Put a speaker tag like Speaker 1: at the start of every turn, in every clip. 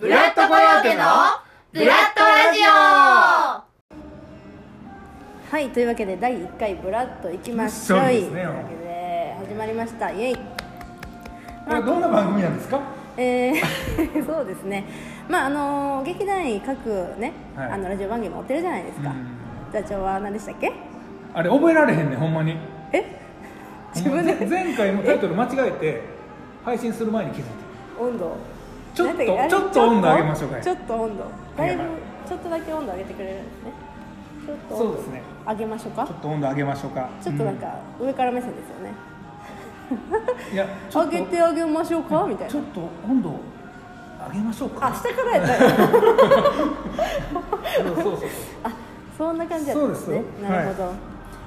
Speaker 1: ドコヨーテのブラッドラジオ
Speaker 2: はいというわけで第1回ブラッといきましょう
Speaker 1: そうで
Speaker 2: い
Speaker 1: す
Speaker 2: と
Speaker 1: ね
Speaker 2: いうわけで始まりましたイエイ
Speaker 1: これどんな番組なんですか
Speaker 2: えー そうですねまああの劇団員各ね、
Speaker 1: はい
Speaker 2: あのラジオ番組持ってるじゃないですか座長は何でしたっけ
Speaker 1: あれ覚えられへんねんほんまに
Speaker 2: え自分
Speaker 1: ほんま
Speaker 2: で
Speaker 1: 前回もタイトル間違えて配信する前に気づいた
Speaker 2: 温度
Speaker 1: ちょっと
Speaker 2: なんだけあれ
Speaker 1: ちょっと温度上げましょうか
Speaker 2: ちょっと温度だいぶ
Speaker 1: やばい
Speaker 2: ちょっとだけ温度上げてくれるんですねちょっと温
Speaker 1: そう
Speaker 2: 度
Speaker 1: ですね
Speaker 2: 上げましょう
Speaker 1: ちょ
Speaker 2: か
Speaker 1: っと温度上げましょうか
Speaker 2: ちょっとなんか上から目線ですよね
Speaker 1: うんいやちょっ
Speaker 2: 上
Speaker 1: と
Speaker 2: げてあげましょうかみたい
Speaker 1: ちょ
Speaker 2: な
Speaker 1: っと温度上げましょう
Speaker 2: あ
Speaker 1: か
Speaker 2: 下からやったよ
Speaker 1: そうそうそう
Speaker 2: あそんな感じだったんですね
Speaker 1: そうですよ
Speaker 2: なるほど、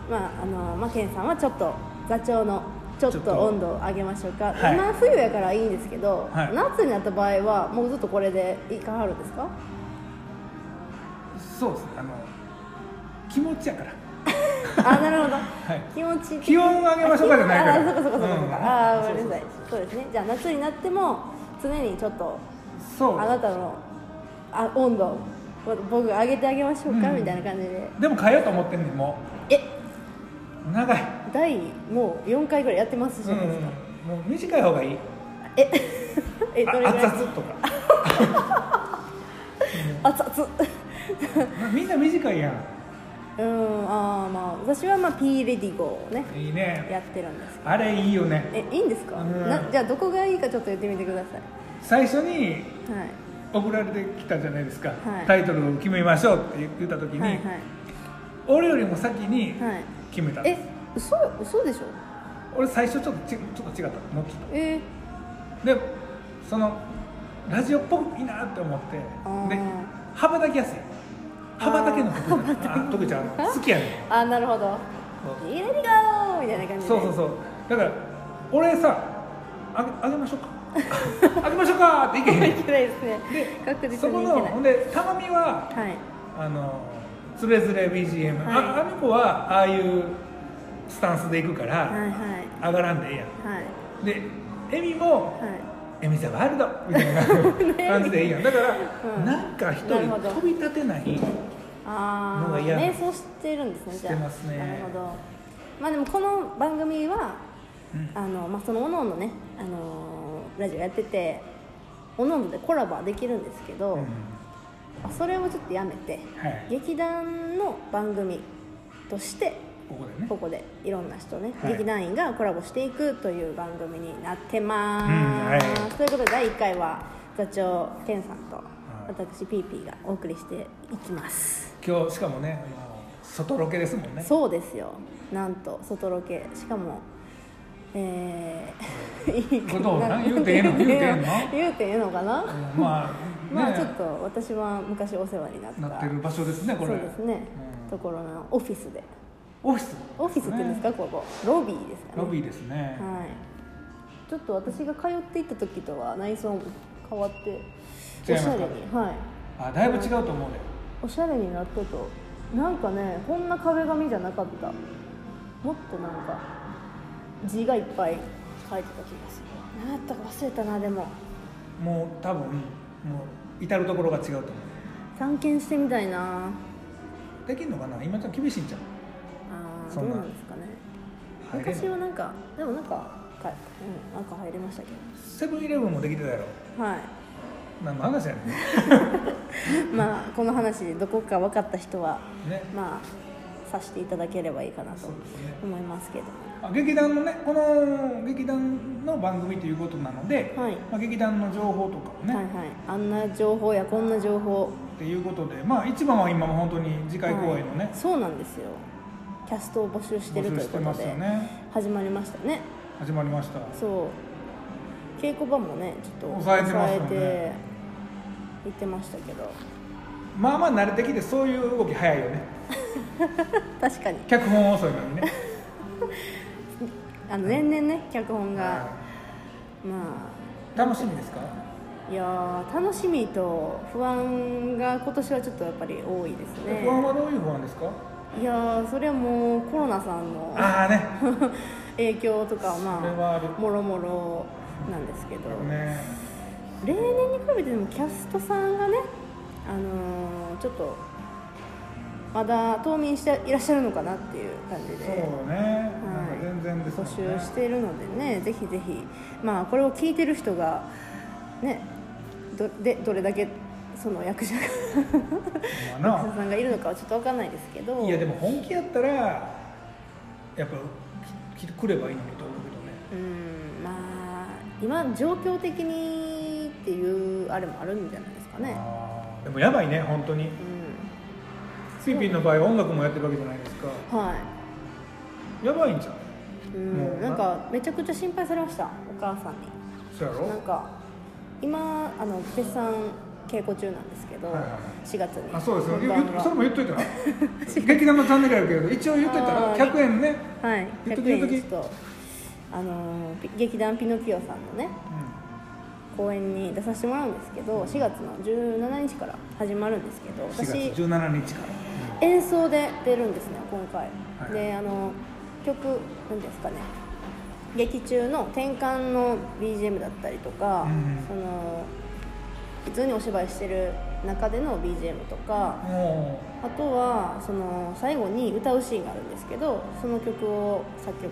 Speaker 2: まああのマケンさんはちょっと座長のちょっ
Speaker 1: ちょっと
Speaker 2: と温度を上げましょうか、
Speaker 1: はい
Speaker 2: 今冬やからいいんですけど、
Speaker 1: はい
Speaker 2: 夏になった場合はもうずっとこれでいかはるんですか
Speaker 1: そうですねあの気持ちやから
Speaker 2: あなるほど、
Speaker 1: い
Speaker 2: 気持ち的
Speaker 1: 気温上げましょうかじゃないから
Speaker 2: あそうかそうかそうかそう
Speaker 1: うん
Speaker 2: か、ああご
Speaker 1: そう
Speaker 2: め
Speaker 1: そ
Speaker 2: ん
Speaker 1: う
Speaker 2: なさいそうですねじゃあ夏になっても常にちょっと
Speaker 1: そう
Speaker 2: あなたのあ温度を僕上げてあげましょうか、
Speaker 1: うん
Speaker 2: みたいな感じで
Speaker 1: でも変えようと思ってんねんも
Speaker 2: え
Speaker 1: う長い
Speaker 2: 第もう4回ぐらいやってますじ
Speaker 1: う
Speaker 2: ゃ
Speaker 1: ん
Speaker 2: ないですか、
Speaker 1: もう短い方がいい
Speaker 2: ええ ど
Speaker 1: あ
Speaker 2: れぐらい
Speaker 1: 熱々とか
Speaker 2: 熱々
Speaker 1: まみんな短いやん
Speaker 2: うんああまあ私はまあ P レディゴをね
Speaker 1: いいね
Speaker 2: やってるんです
Speaker 1: あれいいよね
Speaker 2: えいいんですか、
Speaker 1: うん
Speaker 2: なじゃあどこがいいかちょっと言ってみてください
Speaker 1: 最初に
Speaker 2: はい
Speaker 1: 送られてきたじゃないですか、
Speaker 2: はい
Speaker 1: タイトルを決めましょうって言った時に、
Speaker 2: はい
Speaker 1: 俺よりも先に
Speaker 2: はいはい
Speaker 1: 決めたんで
Speaker 2: え
Speaker 1: す、
Speaker 2: 嘘嘘でしょ
Speaker 1: 俺最初ちょっとちちょっと違ったもうちょっ
Speaker 2: え
Speaker 1: とでそのラジオっぽくいいなって思って
Speaker 2: あー
Speaker 1: で羽ばたきやすい羽ばたけの得意なのあ得意ちゃう あの好きやねん
Speaker 2: ー、あなるほど
Speaker 1: そう
Speaker 2: P レディゴーみたいな感じで
Speaker 1: そうそうそうだから俺さあげあげましょう かあげましょうかっていけへん
Speaker 2: いけないですね確
Speaker 1: そ
Speaker 2: 実
Speaker 1: こ
Speaker 2: にい
Speaker 1: の
Speaker 2: けない
Speaker 1: ほんでたまみは
Speaker 2: はい
Speaker 1: あのつれづれ BGM、
Speaker 2: はい
Speaker 1: ああの子はああいうスタンスでいくから、
Speaker 2: はいはい
Speaker 1: 上がらんでええや
Speaker 2: はい
Speaker 1: んでエミも
Speaker 2: はい
Speaker 1: 「エミザワ ールド」みたいな感じでええやんだから、
Speaker 2: うん
Speaker 1: なんか一人
Speaker 2: なるほど
Speaker 1: 飛び立てない
Speaker 2: あ
Speaker 1: のが
Speaker 2: あ
Speaker 1: 嫌な
Speaker 2: 瞑想してるんですねじゃあ
Speaker 1: してますね
Speaker 2: なるほどまあでもこの番組は、
Speaker 1: うん
Speaker 2: あのまあそのおのおのね、あのーラジオやってておのおのでコラボはできるんですけど、
Speaker 1: うん
Speaker 2: それをちょっとやめて、
Speaker 1: はい
Speaker 2: 劇団の番組として
Speaker 1: ここでね
Speaker 2: ここでいろんな人ね、
Speaker 1: はい
Speaker 2: 劇団員がコラボしていくという番組になってます、
Speaker 1: うんはい
Speaker 2: ということで第1回は座長健さんと私ピーピーがお送りしていきます
Speaker 1: 今日しかもねもう外ロケですもんね
Speaker 2: そうですよなんと外ロケしかもえー、い いか
Speaker 1: どうな
Speaker 2: なん
Speaker 1: 言うてええの
Speaker 2: 言うてえ
Speaker 1: 言うてえの
Speaker 2: 言うてええのかな、
Speaker 1: うんまあ、ね、
Speaker 2: まあちょっと私は昔お世話になった
Speaker 1: なってる場所ですねこ
Speaker 2: そ
Speaker 1: れ
Speaker 2: うですね、
Speaker 1: うん
Speaker 2: ところのオフィスで
Speaker 1: オフィス、ね、
Speaker 2: オフィスって言うんですか、ここロビーですかね
Speaker 1: ロビーですね、
Speaker 2: はいちょっと私が通っていた時とは内装も変わって
Speaker 1: 違い
Speaker 2: お
Speaker 1: ます
Speaker 2: し
Speaker 1: か
Speaker 2: ゃれにはい
Speaker 1: あだいぶ違うと思うね
Speaker 2: おしゃれになったとなんかねこんな壁紙じゃなかったもっとなんか字がいっぱい書いてた気がする何やったか忘れたなでも
Speaker 1: もう多分もう至る所が違うと思う
Speaker 2: 探検してみたいな
Speaker 1: できんのかな今ちゃん厳しいんちゃう
Speaker 2: あー
Speaker 1: そ
Speaker 2: ど
Speaker 1: ん
Speaker 2: う
Speaker 1: な
Speaker 2: なんですかね
Speaker 1: 入れん
Speaker 2: 昔
Speaker 1: の
Speaker 2: はなんかでもなんかか、うん、なんか入れましたけ
Speaker 1: セブンイレブンもできてたやろ
Speaker 2: どはい
Speaker 1: 何の話やねん
Speaker 2: まあこの話でどこか分かった人は
Speaker 1: ね
Speaker 2: まあさしていただければいいかなと
Speaker 1: そうですね
Speaker 2: 思いますけど
Speaker 1: あ劇団のねこの劇団の番組ということなので、
Speaker 2: はい
Speaker 1: まあ、劇団の情報とかもね、
Speaker 2: はいはいあんな情報やこんな情報
Speaker 1: っていうことでまあ一番は今も本当に次回公演のね、
Speaker 2: はいそうなんですよキャストを募集してると
Speaker 1: 募集
Speaker 2: いう
Speaker 1: して
Speaker 2: こ
Speaker 1: ま
Speaker 2: と
Speaker 1: すよ
Speaker 2: で、
Speaker 1: ね
Speaker 2: 始まりましたね
Speaker 1: 始まりました
Speaker 2: そう稽古場もねちょっと
Speaker 1: 抑えてますよね
Speaker 2: 抑えて行ってましたけど
Speaker 1: まあまあ慣れてきてそういう動き早いよね
Speaker 2: 確かに
Speaker 1: 脚本遅いのに ね
Speaker 2: あの年々ね脚本が
Speaker 1: は
Speaker 2: ま
Speaker 1: い楽しみですか
Speaker 2: あいやー楽しみと不安が今年はちょっとやっぱり多いですね
Speaker 1: 不安はどういう不安ですか
Speaker 2: いやーそれはもうコロナさんの
Speaker 1: ああね
Speaker 2: 影響とか
Speaker 1: それはあ
Speaker 2: ま
Speaker 1: る
Speaker 2: あもろもろなんですけど、
Speaker 1: ね
Speaker 2: 例年に比べてでもキャストさんがね、あのーちょっとまだ冬眠していらっしゃるのかなっていう感じで
Speaker 1: そうね、なんか全然ですも
Speaker 2: 募
Speaker 1: んね
Speaker 2: 集しているのでねぜひぜひまあこれを聞いてる人がねどでどれだけその役者が
Speaker 1: まあ
Speaker 2: 役者さんがいるのかはちょっとわかんないですけど
Speaker 1: ないやでも本気やったらやっぱきき来ればいいのにと思うけどね
Speaker 2: うんまあ今状況的にっていうあれもあるんじゃないですかね
Speaker 1: あーでもやばいね本当に
Speaker 2: う
Speaker 1: スイピンの場合は音楽もやってるわけじゃないですか
Speaker 2: んはい
Speaker 1: やばいんじゃん
Speaker 2: う
Speaker 1: もうん
Speaker 2: なんかめちゃくちゃ心配されましたお母さんに
Speaker 1: そうやろ
Speaker 2: なんか今あの絶賛稽古中なんですけど、
Speaker 1: はいはいはい
Speaker 2: 4月に
Speaker 1: あそうですよ
Speaker 2: 本
Speaker 1: 言
Speaker 2: 番
Speaker 1: う
Speaker 2: が
Speaker 1: それも言っといた ら劇団のチャンネルあるけれど一応言っといた
Speaker 2: あ
Speaker 1: ら
Speaker 2: ー
Speaker 1: 100円ね、
Speaker 2: はい、
Speaker 1: 言っとき
Speaker 2: 100
Speaker 1: 言
Speaker 2: 円
Speaker 1: っとき
Speaker 2: ちょっと、あのーピ劇団ピノキオさんのね公演に出させてもらうんですけど4月の17日から始まるんですけど
Speaker 1: うん、4月
Speaker 2: 私
Speaker 1: 17日から、
Speaker 2: 演奏で出るんですね今回、
Speaker 1: はい
Speaker 2: であの曲なんですかね劇中の転換の BGM だったりと
Speaker 1: う
Speaker 2: か、
Speaker 1: ん
Speaker 2: その普通にお芝居してる中での BGM とか、
Speaker 1: も
Speaker 2: あとはその最後に歌うシーンがあるんですけどその曲を作曲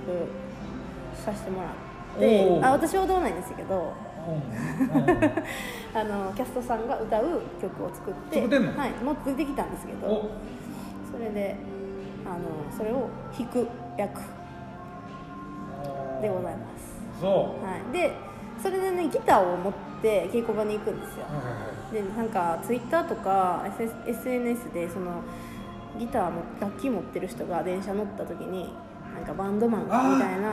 Speaker 2: させてもら
Speaker 1: お
Speaker 2: って
Speaker 1: う
Speaker 2: あ私は踊らないんですけど
Speaker 1: う、うんうん
Speaker 2: あのキャストさんが歌う曲を作って
Speaker 1: 作ってんの
Speaker 2: はい、もう出てきたんですけ
Speaker 1: お
Speaker 2: どそれであのそれを弾く役でございます、
Speaker 1: そう、
Speaker 2: はい、でそれでねギターを持って稽古場に行くんですよ
Speaker 1: はいはいはい
Speaker 2: でなんかツイッターとか SS SNS でそのギターも楽器持ってる人が電車乗った時になんかバンドマンみ
Speaker 1: あー
Speaker 2: たいな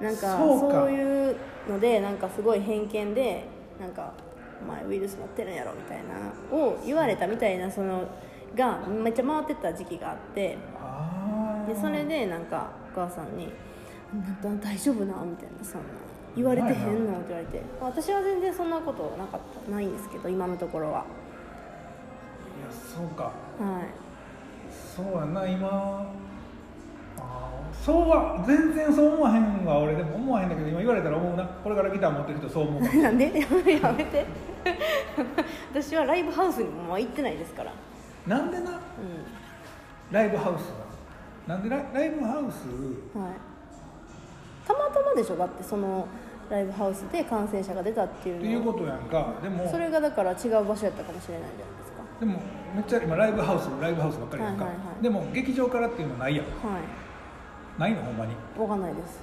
Speaker 2: なんか
Speaker 1: そうか
Speaker 2: そういうのでなんかすごい偏見でなんか「お前ウイルス持ってるんやろ」みたいなを言われたみたいなそのがめっちゃ回ってた時期があって
Speaker 1: あー
Speaker 2: でそれでなんかお母さんに「なんだ大丈夫な?」みたいなそんな言われてへんのって言われて私は全然そんなことなかったないんですけど今のところは
Speaker 1: はいやそうか
Speaker 2: はい
Speaker 1: そうやな今あーそうは全然そう思わへんわ俺でも思わへんだけど今言われたら思うなこれからギター持ってる人そう思うかも
Speaker 2: なんで やめやめて 私はライブハウスにも行ってないですから
Speaker 1: なんでな
Speaker 2: う
Speaker 1: ライブハウスななんでラライブハウス
Speaker 2: んはいたまたまでしょだってそのライブハウスで感染者が出たっていう
Speaker 1: っ
Speaker 2: の
Speaker 1: ていうことやんかでも
Speaker 2: それがだから違う場所やったかもしれないじゃないですか
Speaker 1: でもめっちゃ今ライブハウスライブハウスばっかりやんか、
Speaker 2: はいはいはい
Speaker 1: でも劇場からっていうのないやん
Speaker 2: はい
Speaker 1: ないのほんまに
Speaker 2: わかんないです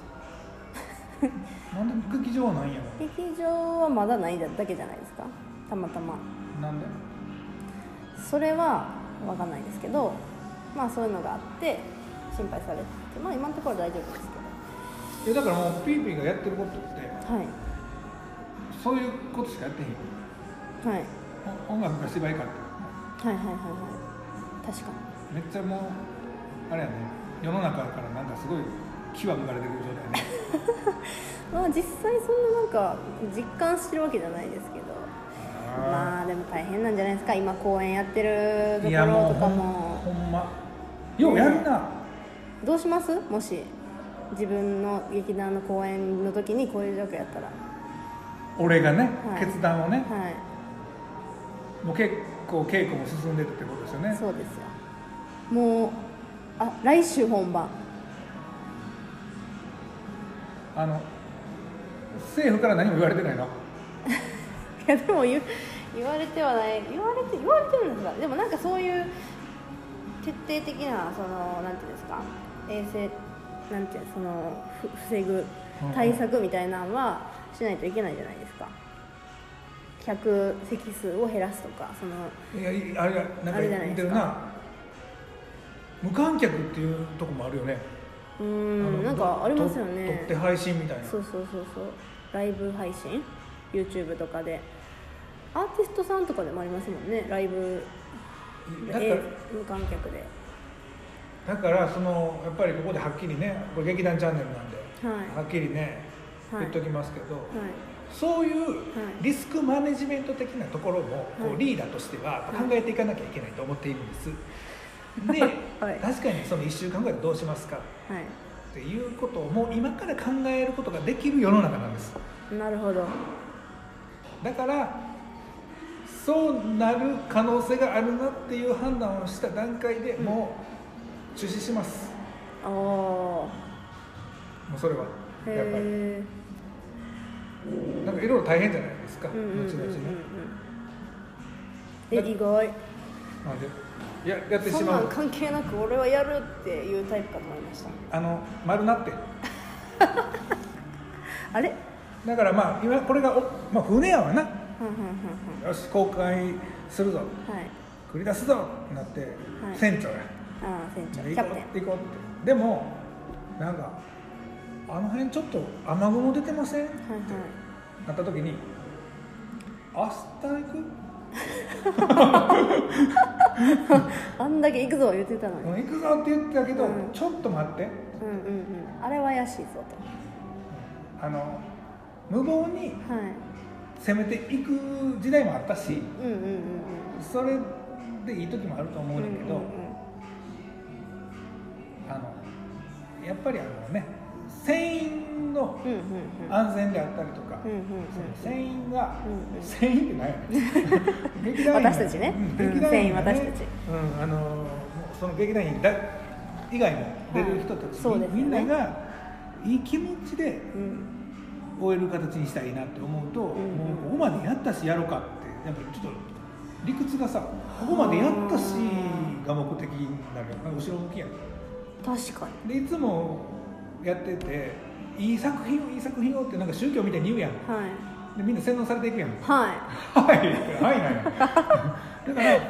Speaker 1: なんで劇場はないんやろ
Speaker 2: 劇場はまだないだけじゃないですかたまたま
Speaker 1: なんで
Speaker 2: それは分かんないですけどまあそういうのがあって心配されててまあ今のところ大丈夫です
Speaker 1: えだからもうピーピーがやってることって
Speaker 2: けどはい
Speaker 1: そういうことしかやってへんよ
Speaker 2: はい
Speaker 1: お音楽か芝居かって
Speaker 2: はいはいはいはい確か
Speaker 1: めっちゃもうあれやね世の中からなんかすごい気は向かれてる状態ね
Speaker 2: にまあ実際そんななんか実感してるわけじゃないですけど まあでも大変なんじゃないですか今公演やってると
Speaker 1: い
Speaker 2: こ
Speaker 1: やも
Speaker 2: ろ
Speaker 1: う
Speaker 2: とか
Speaker 1: ほん
Speaker 2: も
Speaker 1: ほんまようやるな、
Speaker 2: どうしますもし自分の劇団の公演の時にこういう状況やったら
Speaker 1: 俺がね、
Speaker 2: はい
Speaker 1: 決断をね
Speaker 2: はい
Speaker 1: もう結構稽古も進んでるってことですよね
Speaker 2: そうですよもうあ来週本番
Speaker 1: あの政府から何も言われてないの
Speaker 2: いやでも言う言われてはない言われて言われてるんですがでもなんかそういう徹底的なそのなんていうんですか衛生なんていうそのふ防ぐ対策みたいなのはしないといけないじゃないですか客席数を減らすとかその
Speaker 1: いやいあれやなん
Speaker 2: あ
Speaker 1: か
Speaker 2: れじゃない
Speaker 1: 言ってる
Speaker 2: です
Speaker 1: な
Speaker 2: か
Speaker 1: 無観客っていうとこもあるよね
Speaker 2: うー
Speaker 1: あの
Speaker 2: んなんかありますよ
Speaker 1: と撮って
Speaker 2: ね
Speaker 1: 配信みたいな
Speaker 2: そうそうそうそうライブ配信 YouTube とかでアーティストさんとかでもありますもんねライブ
Speaker 1: だから
Speaker 2: え無観客で
Speaker 1: だからそのやっぱりここではっきりねこれ劇団チャンネルなんで、
Speaker 2: はい
Speaker 1: はっきりね
Speaker 2: はい
Speaker 1: 言っときますけど、
Speaker 2: はい
Speaker 1: そういう
Speaker 2: い
Speaker 1: リスクマネジメント的なところもこ
Speaker 2: は
Speaker 1: う
Speaker 2: い
Speaker 1: リーダーとしては考えていかなきゃいけないと思っているん です、で、
Speaker 2: はい
Speaker 1: 確かにその1週間ぐらいどうしますか
Speaker 2: はい
Speaker 1: っていうことをもう今から考えることができる世の中なんです
Speaker 2: なるほど
Speaker 1: だからそうなる可能性があるなっていう判断をした段階でもう中止します、
Speaker 2: おお
Speaker 1: もうそれは
Speaker 2: ー
Speaker 1: やっぱり
Speaker 2: へ
Speaker 1: なんかいろいろ大変じゃないですか、
Speaker 2: えうんうんうん
Speaker 1: 後
Speaker 2: うんう
Speaker 1: 々
Speaker 2: ん
Speaker 1: ね
Speaker 2: え意外
Speaker 1: なんでややって
Speaker 2: そ
Speaker 1: し
Speaker 2: ん
Speaker 1: ま
Speaker 2: なん
Speaker 1: う
Speaker 2: 関係なく俺はやるっていうタイプかと思いました
Speaker 1: あの丸なって
Speaker 2: あれ
Speaker 1: だからまあ今これがお、まあ、船やわな
Speaker 2: ふんふんふん
Speaker 1: よし公開するぞ
Speaker 2: ふんはい
Speaker 1: 繰り出すぞってなって、
Speaker 2: い
Speaker 1: 船長や
Speaker 2: ああ船長
Speaker 1: 行
Speaker 2: キャプ
Speaker 1: こ
Speaker 2: テン
Speaker 1: う行こうってでもなんかあの辺ちょっと雨雲出てません、
Speaker 2: はいはい
Speaker 1: なった時に明日行く
Speaker 2: あんだけ行くぞ言ってたのに、
Speaker 1: うん行くぞって言ってたけど、
Speaker 2: うん
Speaker 1: ちょっと待って
Speaker 2: うんうんうんあれは怪しいぞ
Speaker 1: あの無謀に
Speaker 2: とはい
Speaker 1: 攻めていく時代もあったし
Speaker 2: うんうんうん
Speaker 1: それでいい時もあると思
Speaker 2: う
Speaker 1: う
Speaker 2: ん
Speaker 1: ねんだけど、
Speaker 2: うんうんうん
Speaker 1: あのやっぱりあのね船員の
Speaker 2: うんうん
Speaker 1: 安全であったりとか、
Speaker 2: うんうん
Speaker 1: その船員が、
Speaker 2: うんうん
Speaker 1: 船員って何や ねん劇団員
Speaker 2: 私たちね
Speaker 1: うん劇団員がね
Speaker 2: うん船員私たち
Speaker 1: うんあのもうその劇団員だ以外も出る人たち、
Speaker 2: はいそうですよね
Speaker 1: みんながいい気持ちで
Speaker 2: うん
Speaker 1: 終える形にしたらいいなって思うと、
Speaker 2: んうん
Speaker 1: もうここまでやったしやろうかってやっぱりちょっと理屈がさここまでやったしが目的になるよな後ろ向きやん
Speaker 2: 確かに
Speaker 1: でいつもやってていい作品をいい作品をってなんか宗教みたいに言うやん
Speaker 2: はい
Speaker 1: でみんな洗脳されていくやん
Speaker 2: は
Speaker 1: はい、はいなんや だから
Speaker 2: い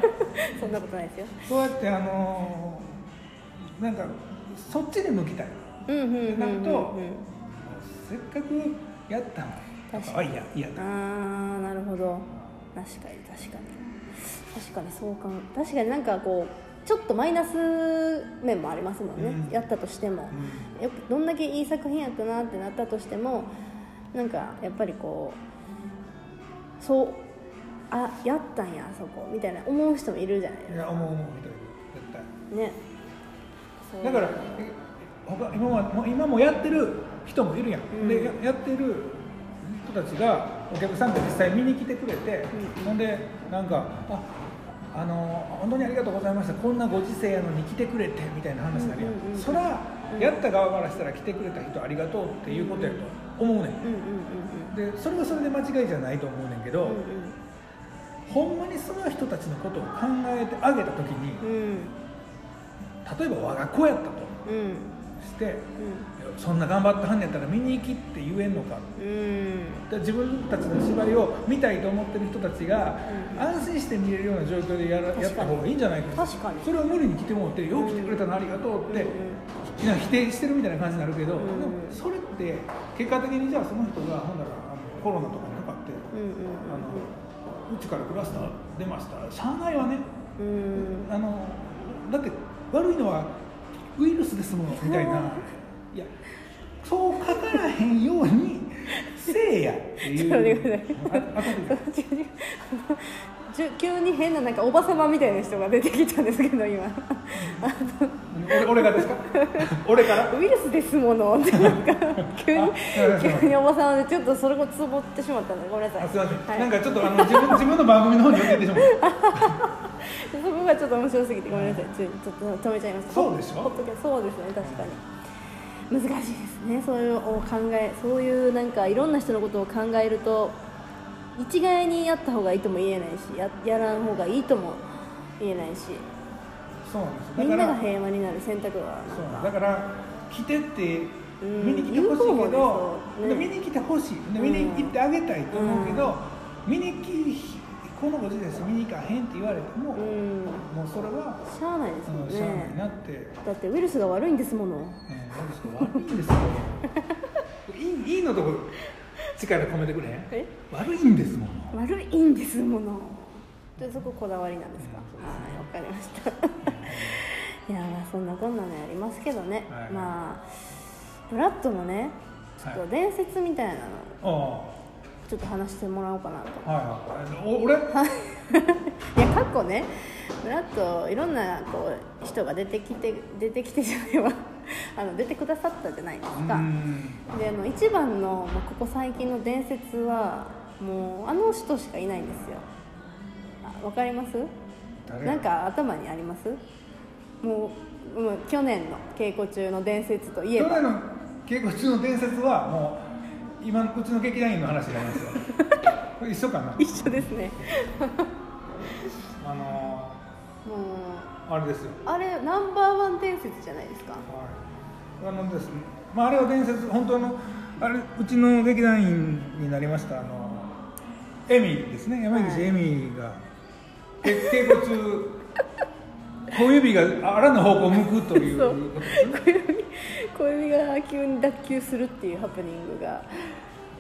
Speaker 2: そんなことないですよ
Speaker 1: そうやってあのーなんかそっちに向きたい
Speaker 2: うんうんうんうん
Speaker 1: なんとせっかくやったのやっ
Speaker 2: 確
Speaker 1: ぱあいやいや
Speaker 2: うん
Speaker 1: だ
Speaker 2: ああなるほど確かに確かに確かにそうかも確かになんかこうちょっとマイナス面もありますもんね、
Speaker 1: うん
Speaker 2: やったとしても、
Speaker 1: う
Speaker 2: やっぱどんだけいい作品やったなってなったとしてもなんかやっぱりこうそうあやったんやあそこみたいな思う人もいるじゃない
Speaker 1: んい
Speaker 2: で
Speaker 1: や思う思うみたいな絶対
Speaker 2: すかねそう
Speaker 1: だからえ他今ももう今もやってる人もいるやん、
Speaker 2: ん
Speaker 1: でややってる人たちがお客さんが実際見に来てくれて、
Speaker 2: うん
Speaker 1: ほんでなんかああの本当にありがとうございましたこんなご時世やのに来てくれてみたいな話になるやん,、
Speaker 2: うんうんうん
Speaker 1: そらやった側からしたら来てくれた人ありがとうっていうことやと思うね
Speaker 2: うんうん
Speaker 1: んでそれはそれで間違いじゃないと思うねんけど、
Speaker 2: うんうん
Speaker 1: ほんまにその人たちのことを考えてあげた時に
Speaker 2: うんうん
Speaker 1: 例えば我が子やったと
Speaker 2: うんうん
Speaker 1: してそんな頑張ってはんねやったら見に行きって言えんのか
Speaker 2: うんうん
Speaker 1: で自分たちの芝居を見たいと思ってる人たちが
Speaker 2: うん
Speaker 1: 安心して見れるような状況でやら
Speaker 2: 確かに
Speaker 1: やった方がいいんじゃないか
Speaker 2: 確かに
Speaker 1: それを無理に来てもらって「よう来てくれたのありがとう」って、なんか否定してるみたいな感じになるけど、
Speaker 2: うん
Speaker 1: でもそれって結果的にじゃあその人がほんだらあのコロナとかにかかって、
Speaker 2: うんうん
Speaker 1: あのうちからクラスター出ましたしゃあないわね
Speaker 2: うんうん
Speaker 1: あのだって悪いのはウイルスですものみたいないやそうかからへんようにせえやって い
Speaker 2: ちょっと
Speaker 1: う
Speaker 2: 待って
Speaker 1: ああとで
Speaker 2: ちょ急に変ななんかおばさまみたいな人が出てきたんですけど今
Speaker 1: 俺俺がですか俺から
Speaker 2: ウイルスですものってなんか急に
Speaker 1: あすいません
Speaker 2: 急におばさんでちょっとそれこつぼってしまったのでごめんなさ
Speaker 1: あ
Speaker 2: い
Speaker 1: すいません、
Speaker 2: はい、
Speaker 1: なんかちょっとあの自分自分の番組の方に寄ってってしまう
Speaker 2: そこがちょっと面白すぎてごめんなさいちょちょっと止めちゃいました
Speaker 1: そうでしょ
Speaker 2: ほっとけそうですね確かに難しいですねそういうのを考えそういうなんかいろんな人のことを考えると一概にやった方がいいとも言えないしややらん方がいいとも言えないし
Speaker 1: そうなんです
Speaker 2: み
Speaker 1: だ
Speaker 2: ん
Speaker 1: か
Speaker 2: な
Speaker 1: ら
Speaker 2: が平和になる選択は
Speaker 1: そうなんですだから来てって
Speaker 2: うん
Speaker 1: 見に来てほしい
Speaker 2: 言
Speaker 1: け
Speaker 2: うと
Speaker 1: ど
Speaker 2: 思う、ねそうね
Speaker 1: で見に来てほしいで見に行ってあげたいと思うけど、見に来このご時世です見に行かへんって言われても、
Speaker 2: うん
Speaker 1: もうそれは
Speaker 2: しゃあないですも
Speaker 1: うんんしゃあない
Speaker 2: ね
Speaker 1: なって、うん、
Speaker 2: だってウイルスが悪いんですもの
Speaker 1: なんですか悪いんですよ いいいいのとこ力込めてくれへん
Speaker 2: え
Speaker 1: 悪いんですもん
Speaker 2: 悪いんですものでそここだわりなんですかはいわかりました いやまあそんなこんなのやりますけどね、
Speaker 1: はい
Speaker 2: まあブラッドのねちょ
Speaker 1: は
Speaker 2: っと
Speaker 1: い
Speaker 2: 伝説みたいなの
Speaker 1: あ
Speaker 2: ちょっと話してもらおうかなと
Speaker 1: あはいはいお俺
Speaker 2: いや過去ねブラッドいろんなこう人が出てきて出てきてじゃないわあの出てくださったじゃないですか
Speaker 1: うん
Speaker 2: であの一番の、まあ、ここ最近の伝説はもうあの人しかいないんですよあわかります
Speaker 1: 誰
Speaker 2: なんか頭にありますもう、もう去年の稽古中の伝説といえ
Speaker 1: 去
Speaker 2: ば
Speaker 1: 年の稽古中の伝説はもう今うちの劇団員の話になり ますよこれ一緒かな
Speaker 2: 一緒ですね
Speaker 1: あの
Speaker 2: もう
Speaker 1: ーあれですよ
Speaker 2: あれナンバーワン伝説じゃないですか
Speaker 1: はい、あのですね、まあ、あれは伝説、本当の、あれ、うちの劇団員になりました、あの。エミですね、山
Speaker 2: は
Speaker 1: 岸
Speaker 2: い
Speaker 1: エミが。け稽古中。 小指があらぬ方向を向くとい
Speaker 2: そう
Speaker 1: う。
Speaker 2: 小指小指が急に脱臼するっていうハプニングが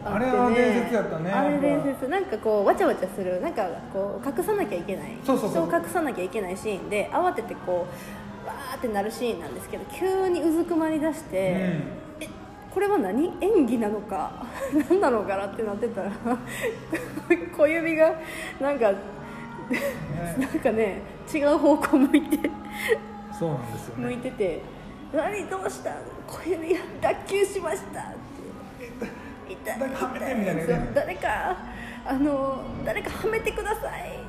Speaker 2: あって、ね、
Speaker 1: あれは伝説やったね
Speaker 2: あれ伝説なんかこうわちゃわちゃするなんかこう隠さなきゃいけない
Speaker 1: そうそうそう
Speaker 2: 人を隠さなきゃいけないシーンで慌ててこうわーってなるシーンなんですけど急にうずくまりだして、えこれは何演技なのか 何なのかなってなってたら 小指がなんか、
Speaker 1: ね
Speaker 2: なんかね違う方向向いて。
Speaker 1: そうなんですよ
Speaker 2: 向
Speaker 1: ね
Speaker 2: い。てて「何どうした小指が脱臼しました」って「痛い
Speaker 1: 誰かはめ
Speaker 2: 痛
Speaker 1: てみたいなね
Speaker 2: そう誰かあの誰かはめてください」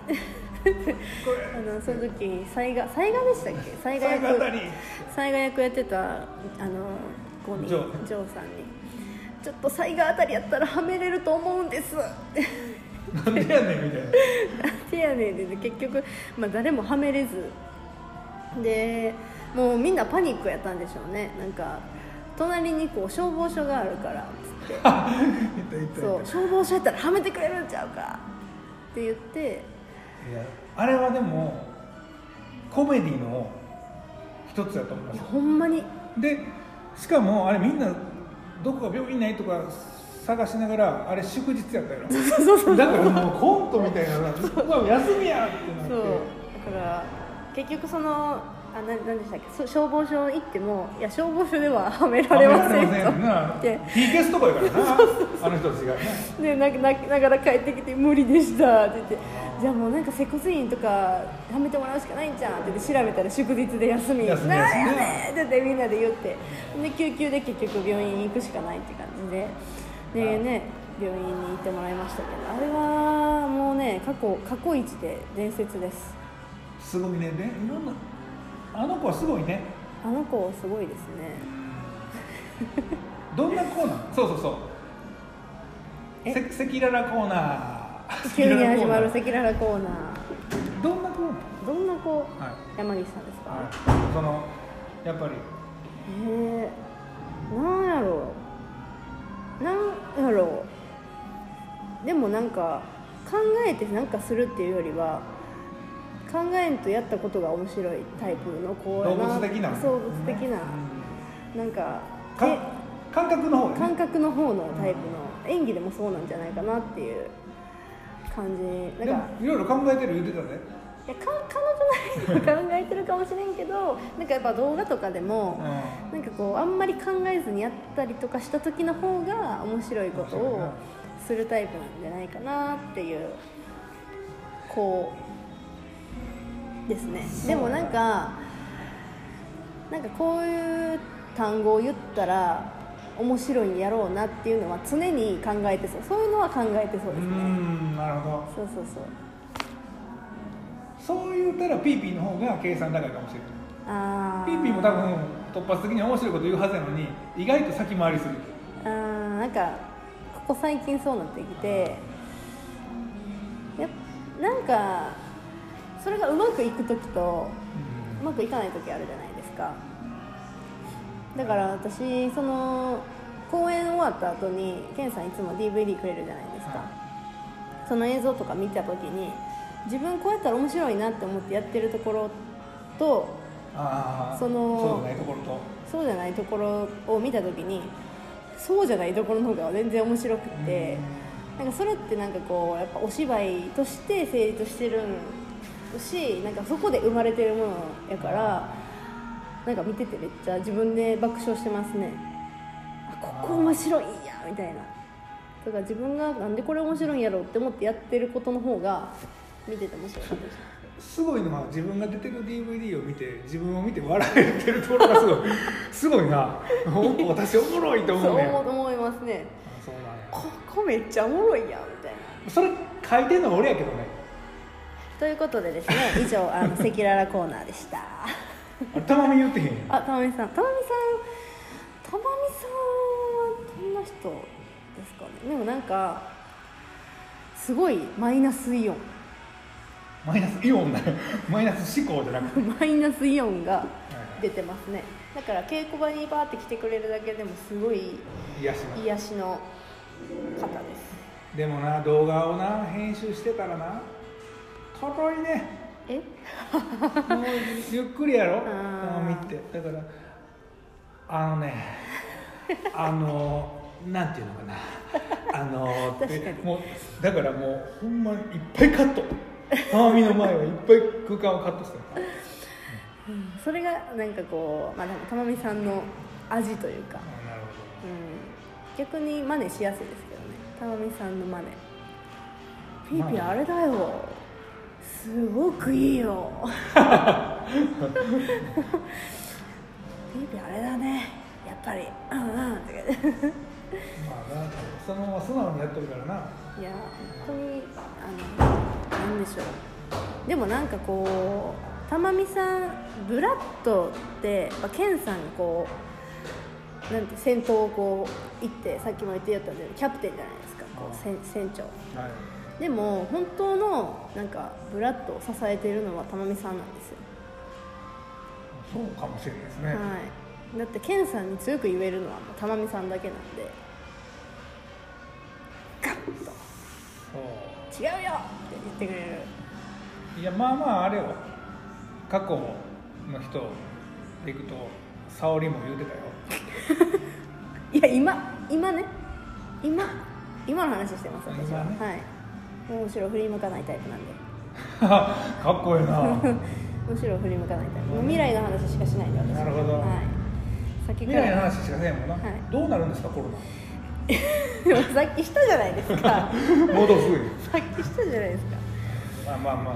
Speaker 2: あのその時災賀災賀でしたっけ災賀
Speaker 1: 最後あたり
Speaker 2: 役。災賀役やってたあの5人
Speaker 1: ジ
Speaker 2: ジ
Speaker 1: ョー
Speaker 2: ョーさんに「ちょっと災賀あたりやったらはめれると思うんです」
Speaker 1: なんでやねんみたいな。
Speaker 2: 手やねんで結局、まあ、誰もはめれずでもうみんなパニックやったんでしょうねなんか隣にこう消防署があるからつって
Speaker 1: いたいたいた
Speaker 2: そう消防署やったらはめてくれるんちゃうかって言って
Speaker 1: いやあれはでも。コメディの。一つだと思います
Speaker 2: いや。ほんまに
Speaker 1: でしかもあれみんなどこか病院ないとか探しながらあれ祝日やったやろ
Speaker 2: そうそうそう
Speaker 1: だからもうコントみたいなのがうわ休みやってなって
Speaker 2: そうだから結局そのあななんでしたっけそ消防署行ってもいや消防署でははめられませんと
Speaker 1: な
Speaker 2: で
Speaker 1: T ケースとかやからなあの人たちがね
Speaker 2: で泣き泣きながら帰ってきて「無理でした」って言って「じゃあもうなんか接骨院とかはめてもらうしかないんじゃん」って言って調べたら祝日で休み「
Speaker 1: 休み
Speaker 2: なん
Speaker 1: 休み
Speaker 2: やねん!」って言ってみんなで言ってで救急で結局病院行くしかないって感じででね病院に行ってもらいましたけどあれはもうね過去過去一で伝説です
Speaker 1: すごいねでいろんなあの子はすごいね
Speaker 2: あの子すごいですね
Speaker 1: どんなコーナーそうそうそう
Speaker 2: え
Speaker 1: せ赤裸々コーナー
Speaker 2: 急に始まる
Speaker 1: 赤
Speaker 2: 赤裸々
Speaker 1: 裸々コ
Speaker 2: コーナ
Speaker 1: ーナーどんなコーナ
Speaker 2: ーどんな子
Speaker 1: ーはい、
Speaker 2: 山岸さんですか、
Speaker 1: はい、そのやっぱり
Speaker 2: えー、なんやろうなんやろうでもなんか考えてなんかするっていうよりは考えんとやったことが面白いタイプの子
Speaker 1: 動
Speaker 2: や
Speaker 1: 物的な
Speaker 2: そう動物的な、
Speaker 1: うん
Speaker 2: なんか
Speaker 1: か
Speaker 2: え
Speaker 1: 感覚の方ね
Speaker 2: 感覚の方のタイプの演技でもそうなんじゃないかなっていう感じ
Speaker 1: で
Speaker 2: なん
Speaker 1: も
Speaker 2: か
Speaker 1: いろいろ考えてる言うてたね
Speaker 2: いやか彼女なりに考えてるかもしれんけどなんかやっぱ動画とかでも、
Speaker 1: う
Speaker 2: なんかこうあんまり考えずにやったりとかした時の方が面白いこと
Speaker 1: 面白い
Speaker 2: を
Speaker 1: な
Speaker 2: するタイプなんじゃないかなっていうこうですね
Speaker 1: そう
Speaker 2: でもなんかなんかこういう単語を言ったら面白いんやろうなっていうのは常に考えてそうそういうのは考えてそうで
Speaker 1: ー
Speaker 2: すね
Speaker 1: んなるほど
Speaker 2: そうそうそう
Speaker 1: そう言うたらピーピーの方が計算高いかもしれない
Speaker 2: ああ
Speaker 1: ピーピーも多分突発的に面白いこと言うはずやのに意外と先回りする
Speaker 2: あーなんかここ最近そうなってきてやっなんかそれがうまくいく時とうまくいかない時あるじゃないですかだから私その公演終わった後にケンさんいつも DVD くれるじゃないですか、その映像とか見た時に自分こうやったら面白いなって思ってやってるところと
Speaker 1: ああ
Speaker 2: その
Speaker 1: そうだねところと
Speaker 2: そうじゃないところを見た時にそうじゃないところの方が全然面白くってなんかそれってなんかこうやっぱお芝居として成立してるしなんかそこで生まれてるものやからなんか見ててめっちゃ自分で爆笑してますねあここ面白いんやみたいなとか自分がなんでこれ面白いんやろうって思ってやってることの方が見てて面白かったです
Speaker 1: すごいのは自分が出てる DVD を見て自分を見て笑えてるところがすごいすごいなお私おもろいと
Speaker 2: そう
Speaker 1: 思うね
Speaker 2: 思思いますね
Speaker 1: あそうなんや
Speaker 2: ここめっちゃおもろいやんみたいな
Speaker 1: それ書いてんのが俺やけどね
Speaker 2: ということでですね以上あの赤裸々コーナーでした
Speaker 1: あれたまみ言ってへんやん
Speaker 2: あたまみさんたまみさんたまみさんはどんな人ですかねでもなんかすごいマイナスイオン
Speaker 1: マイナスイオンだよマイナス思考じゃなくて
Speaker 2: マイナスイオンが
Speaker 1: はい
Speaker 2: 出てますねだから稽古場にバーって来てくれるだけでもすごい
Speaker 1: 癒やしの
Speaker 2: 癒しの方です
Speaker 1: でもな動画をな編集してたらなとろいね
Speaker 2: え
Speaker 1: もうゆっくりやろ
Speaker 2: あー
Speaker 1: 見てだからあのね あのなんていうのかなあの
Speaker 2: 確かに
Speaker 1: もうだからもうほんまにいっぱいカット鏡の前はいっぱい空間をカット してた
Speaker 2: それがなんかこうまあでもたまみさんの味というか、
Speaker 1: あなるほど
Speaker 2: うん、逆に真似しやすいですけどねたまみさんの真似ピーピー
Speaker 1: まあ
Speaker 2: あれだよすごくいい よピーピーあれだねやっぱりうんうんって言って
Speaker 1: まあなそのまま素直にやってるからない
Speaker 2: や本当にあのなんでしょうでもなんかこうたまみさんブラッドってまあケンさんがこうなんて先頭をこう行ってさっきも言ってやったんでキャプテンじゃないですかこう船船長
Speaker 1: はい
Speaker 2: でも本当のなんかブラッドを支えてるのはたまみさんなんですよ、
Speaker 1: そうかもしれないですね、
Speaker 2: はい、だってケンさんに強く言えるのはもうたまみさんだけなんでガッと
Speaker 1: そ
Speaker 2: 「違うよ!」って言ってくれる
Speaker 1: ういやまあまああれは過去の人でいくと沙織も言うてたよ
Speaker 2: いや今今ね今今の話してます私は、
Speaker 1: 今ね
Speaker 2: はいむしろ振り向かないタイプなんで
Speaker 1: かっこいいな
Speaker 2: むしろ振り向かないタイプもう未来の話しかしないんで私は
Speaker 1: なるほど
Speaker 2: はい先か
Speaker 1: 未来の
Speaker 2: ら
Speaker 1: 話しかせんもんな、
Speaker 2: はい
Speaker 1: どうなるんですかコロ
Speaker 2: でも さっきしたじゃないですか
Speaker 1: ナ戻すぐに
Speaker 2: さっきしたじゃないですか
Speaker 1: まあまあま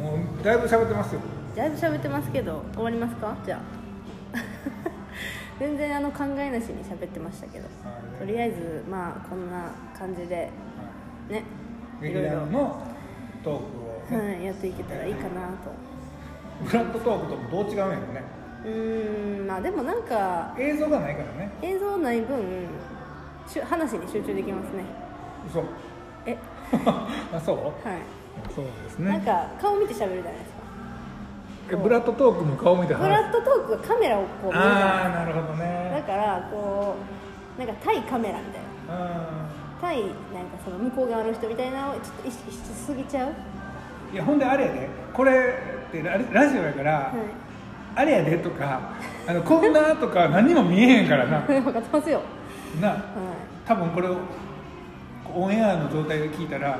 Speaker 1: あもうだいぶ喋ってますよ
Speaker 2: だいぶ喋ってますけど終わりますかじゃあ 全然あの考えなしに喋ってましたけど
Speaker 1: はい
Speaker 2: とりあえずまあこんな感じで
Speaker 1: は
Speaker 2: ね
Speaker 1: い
Speaker 2: い
Speaker 1: 劇
Speaker 2: ろいろ
Speaker 1: 団のトークをね、
Speaker 2: はい、やっていけたらいいかなと
Speaker 1: ブラッドトークともどう違うんやろね
Speaker 2: うーんまあでもなんか
Speaker 1: 映像がないからね
Speaker 2: 映像ない分しゅ話に集中できますね
Speaker 1: 嘘
Speaker 2: え
Speaker 1: あそう
Speaker 2: はい、
Speaker 1: そうです
Speaker 2: なんか顔見て喋るじゃないですか
Speaker 1: えブラッドトークも顔見て
Speaker 2: ブラッドトークがカメラをこう見るじ
Speaker 1: あ
Speaker 2: ゃ
Speaker 1: あなるほど
Speaker 2: ないですかだ
Speaker 1: ね
Speaker 2: からこうなんか対カメラみたいな
Speaker 1: う
Speaker 2: 対なんかその向こう側の人みたいなのをちょっと意識しすぎちゃう、は
Speaker 1: んいやほんであれやでこれってララジオやから、
Speaker 2: い、
Speaker 1: あれやでとかあのこんなとか何も見えへんからな
Speaker 2: 分かってますよ、
Speaker 1: な
Speaker 2: は
Speaker 1: 多分これをオンエアの状態で聞いたら、
Speaker 2: い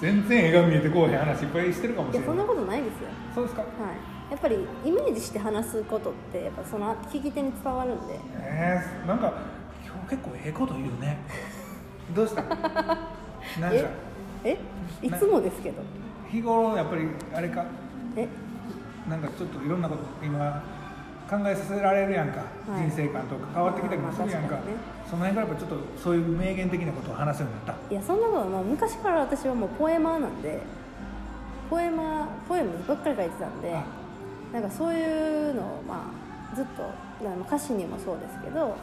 Speaker 1: 全然絵が見えてこうへん話いっぱいしてるかも
Speaker 2: い、
Speaker 1: し
Speaker 2: い
Speaker 1: れ
Speaker 2: や
Speaker 1: な
Speaker 2: そ
Speaker 1: い
Speaker 2: んなことないですよ、
Speaker 1: そうですか
Speaker 2: はい、やっぱりイメージして話すことってやっぱその聞き手に伝わるんで
Speaker 1: えー、なんか今日結構ええこと言うねどう したなんか
Speaker 2: ええいつもですけど
Speaker 1: 日頃やっぱりあれか
Speaker 2: え
Speaker 1: なんかちょっといろんなこと今考えさせられるやんか、
Speaker 2: い
Speaker 1: 人生観とか変わってきたりもするやんか,、
Speaker 2: まあまあ確かにね
Speaker 1: その辺からやっぱちょっとそういう名言的なことを話すようになった
Speaker 2: いやそんなことはもう昔から私はもうポエマーなんでポエマーポエムばっかり書いてたんで
Speaker 1: あ
Speaker 2: なんかそういうのをまあずっとあの歌詞にもそうですけどは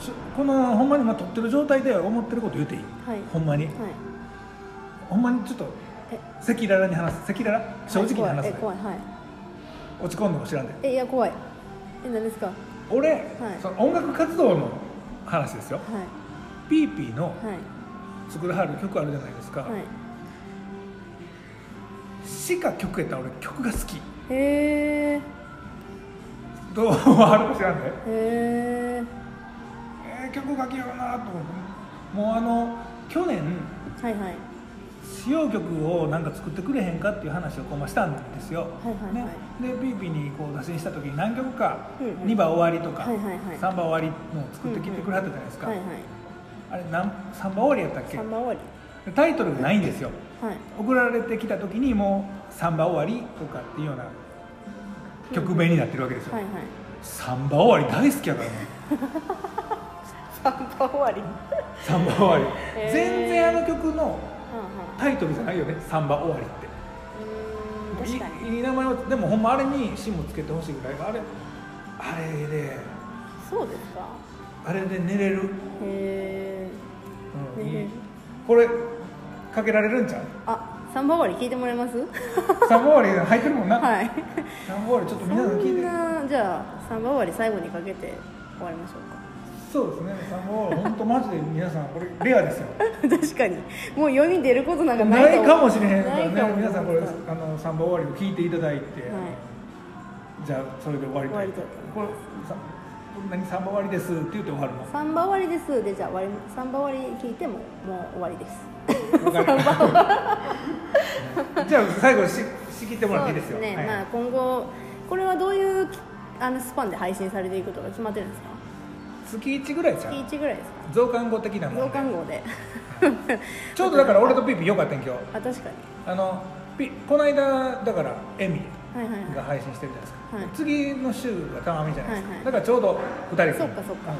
Speaker 1: しこのほんまに今撮ってる状態で思ってること言うていい、
Speaker 2: はい
Speaker 1: ほんまに、
Speaker 2: い
Speaker 1: ほんまにちょっと
Speaker 2: え
Speaker 1: 赤裸々に話す赤裸々正直に話す、
Speaker 2: え怖いえ怖いはい
Speaker 1: 落ち込んでも知らんで
Speaker 2: えいや怖いえ何ですかはい
Speaker 1: 俺、その音楽活動の話ですよピーピーの
Speaker 2: はい
Speaker 1: 作るはる曲あるじゃないですか、
Speaker 2: はい
Speaker 1: しか曲やったら俺曲が好き
Speaker 2: へえ
Speaker 1: どうあるか知らんで、
Speaker 2: へ
Speaker 1: え
Speaker 2: え
Speaker 1: ー曲書きようなと思ってもうあの去年
Speaker 2: はいはい
Speaker 1: 使用曲をなんか作ってくれへんかっていう話をこうまあしたんですよ、
Speaker 2: はいはいはい
Speaker 1: ね、でピーピーにこう打診した時に何曲か、
Speaker 2: うんうん
Speaker 1: 2番終わりとか、
Speaker 2: はいはいはい
Speaker 1: 3番終わりのを作ってきてくれはったじゃないですか、
Speaker 2: はいはい
Speaker 1: あれなん3番終わりやったっ
Speaker 2: 三番終わ
Speaker 1: けタイトルがないんですよ
Speaker 2: りはい
Speaker 1: 送られてきた時にもう3番終わりとかっていうような曲名になってるわけですよ、
Speaker 2: はいはい
Speaker 1: 三番終わり大好きやからね
Speaker 2: 三番終わり
Speaker 1: サンバ終わり、
Speaker 2: へー
Speaker 1: 全然あの曲の
Speaker 2: う
Speaker 1: タイトルじゃないよねサンバ終わりって
Speaker 2: んうん確かに
Speaker 1: いいい名前をでもほんまあれに芯もつけてほしいぐらいあれあれで
Speaker 2: そうですか
Speaker 1: あれで寝れる、
Speaker 2: へえ
Speaker 1: うん
Speaker 2: 寝れる
Speaker 1: これかけられるんちゃう
Speaker 2: あサンバ終わり聞いてもらえます
Speaker 1: サンバ終わりが入ってるもんな、
Speaker 2: はい
Speaker 1: サンバ終わりちょっと
Speaker 2: そ
Speaker 1: 皆さん聞い
Speaker 2: ん
Speaker 1: て
Speaker 2: なじゃあサンバ終わり最後にかけて終わりましょう
Speaker 1: そうですねサンバ終わり本当マジで皆さんこれレア ですよ
Speaker 2: か確かにもう世に出ることなんかない
Speaker 1: ないか
Speaker 2: 思う
Speaker 1: もしれへんから
Speaker 2: ない
Speaker 1: ね
Speaker 2: かも
Speaker 1: 皆さんこれ
Speaker 2: はい
Speaker 1: あのサンバ終わりを聞いていただいて、じゃあそれで終わりたい
Speaker 2: 終わりたい
Speaker 1: これさ何サンバ終わりですって言って終わるの
Speaker 2: サンバ終わりですでじゃあ終わりサンバ終わり聞いてももう終わりです
Speaker 1: わかる じゃあ最後し仕切ってもらっていいですよ
Speaker 2: そうね、
Speaker 1: はい
Speaker 2: まあ今後これはどういうきあのスパンで配信されていくとか決まってるんですか
Speaker 1: 月1ぐらいじゃん
Speaker 2: 月1ぐらいですか
Speaker 1: 増刊号的なも
Speaker 2: 増
Speaker 1: んで
Speaker 2: 刊号で
Speaker 1: ちょうどだから俺とピーピーよかったん今日
Speaker 2: あ確かに
Speaker 1: あのピこの間だからエミ
Speaker 2: はいはいはい
Speaker 1: が配信してるじゃないですか、
Speaker 2: はい
Speaker 1: 次の週がたまみじゃないですか、
Speaker 2: はいはい
Speaker 1: だからちょうど2人
Speaker 2: そっかそっか、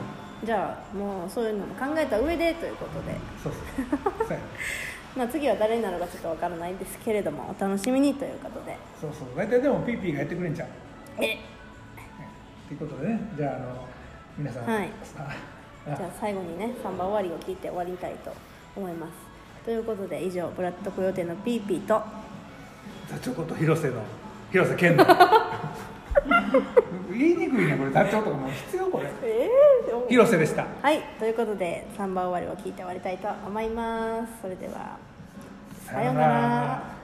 Speaker 2: じゃあもうそういうのも考えた上でということで
Speaker 1: そうそうそう や
Speaker 2: まあ次は誰になるかちょっとわからないですけれどもお楽しみにということで
Speaker 1: そうそう大体でもピーピーがやってくれんじゃん
Speaker 2: え
Speaker 1: ということでねじゃああの皆さん、
Speaker 2: はい
Speaker 1: さ
Speaker 2: じゃあ最後にね3番終わりを聞いて終わりたいと思いますということで以上ブラッドコヨーテのピーピーと
Speaker 1: 座長こと広瀬の広瀬健の言いにくいねこれ座長とかもう必要これ
Speaker 2: ええ
Speaker 1: 広瀬でした
Speaker 2: はいということで3番終わりを聞いて終わりたいと思いますそれではさようなら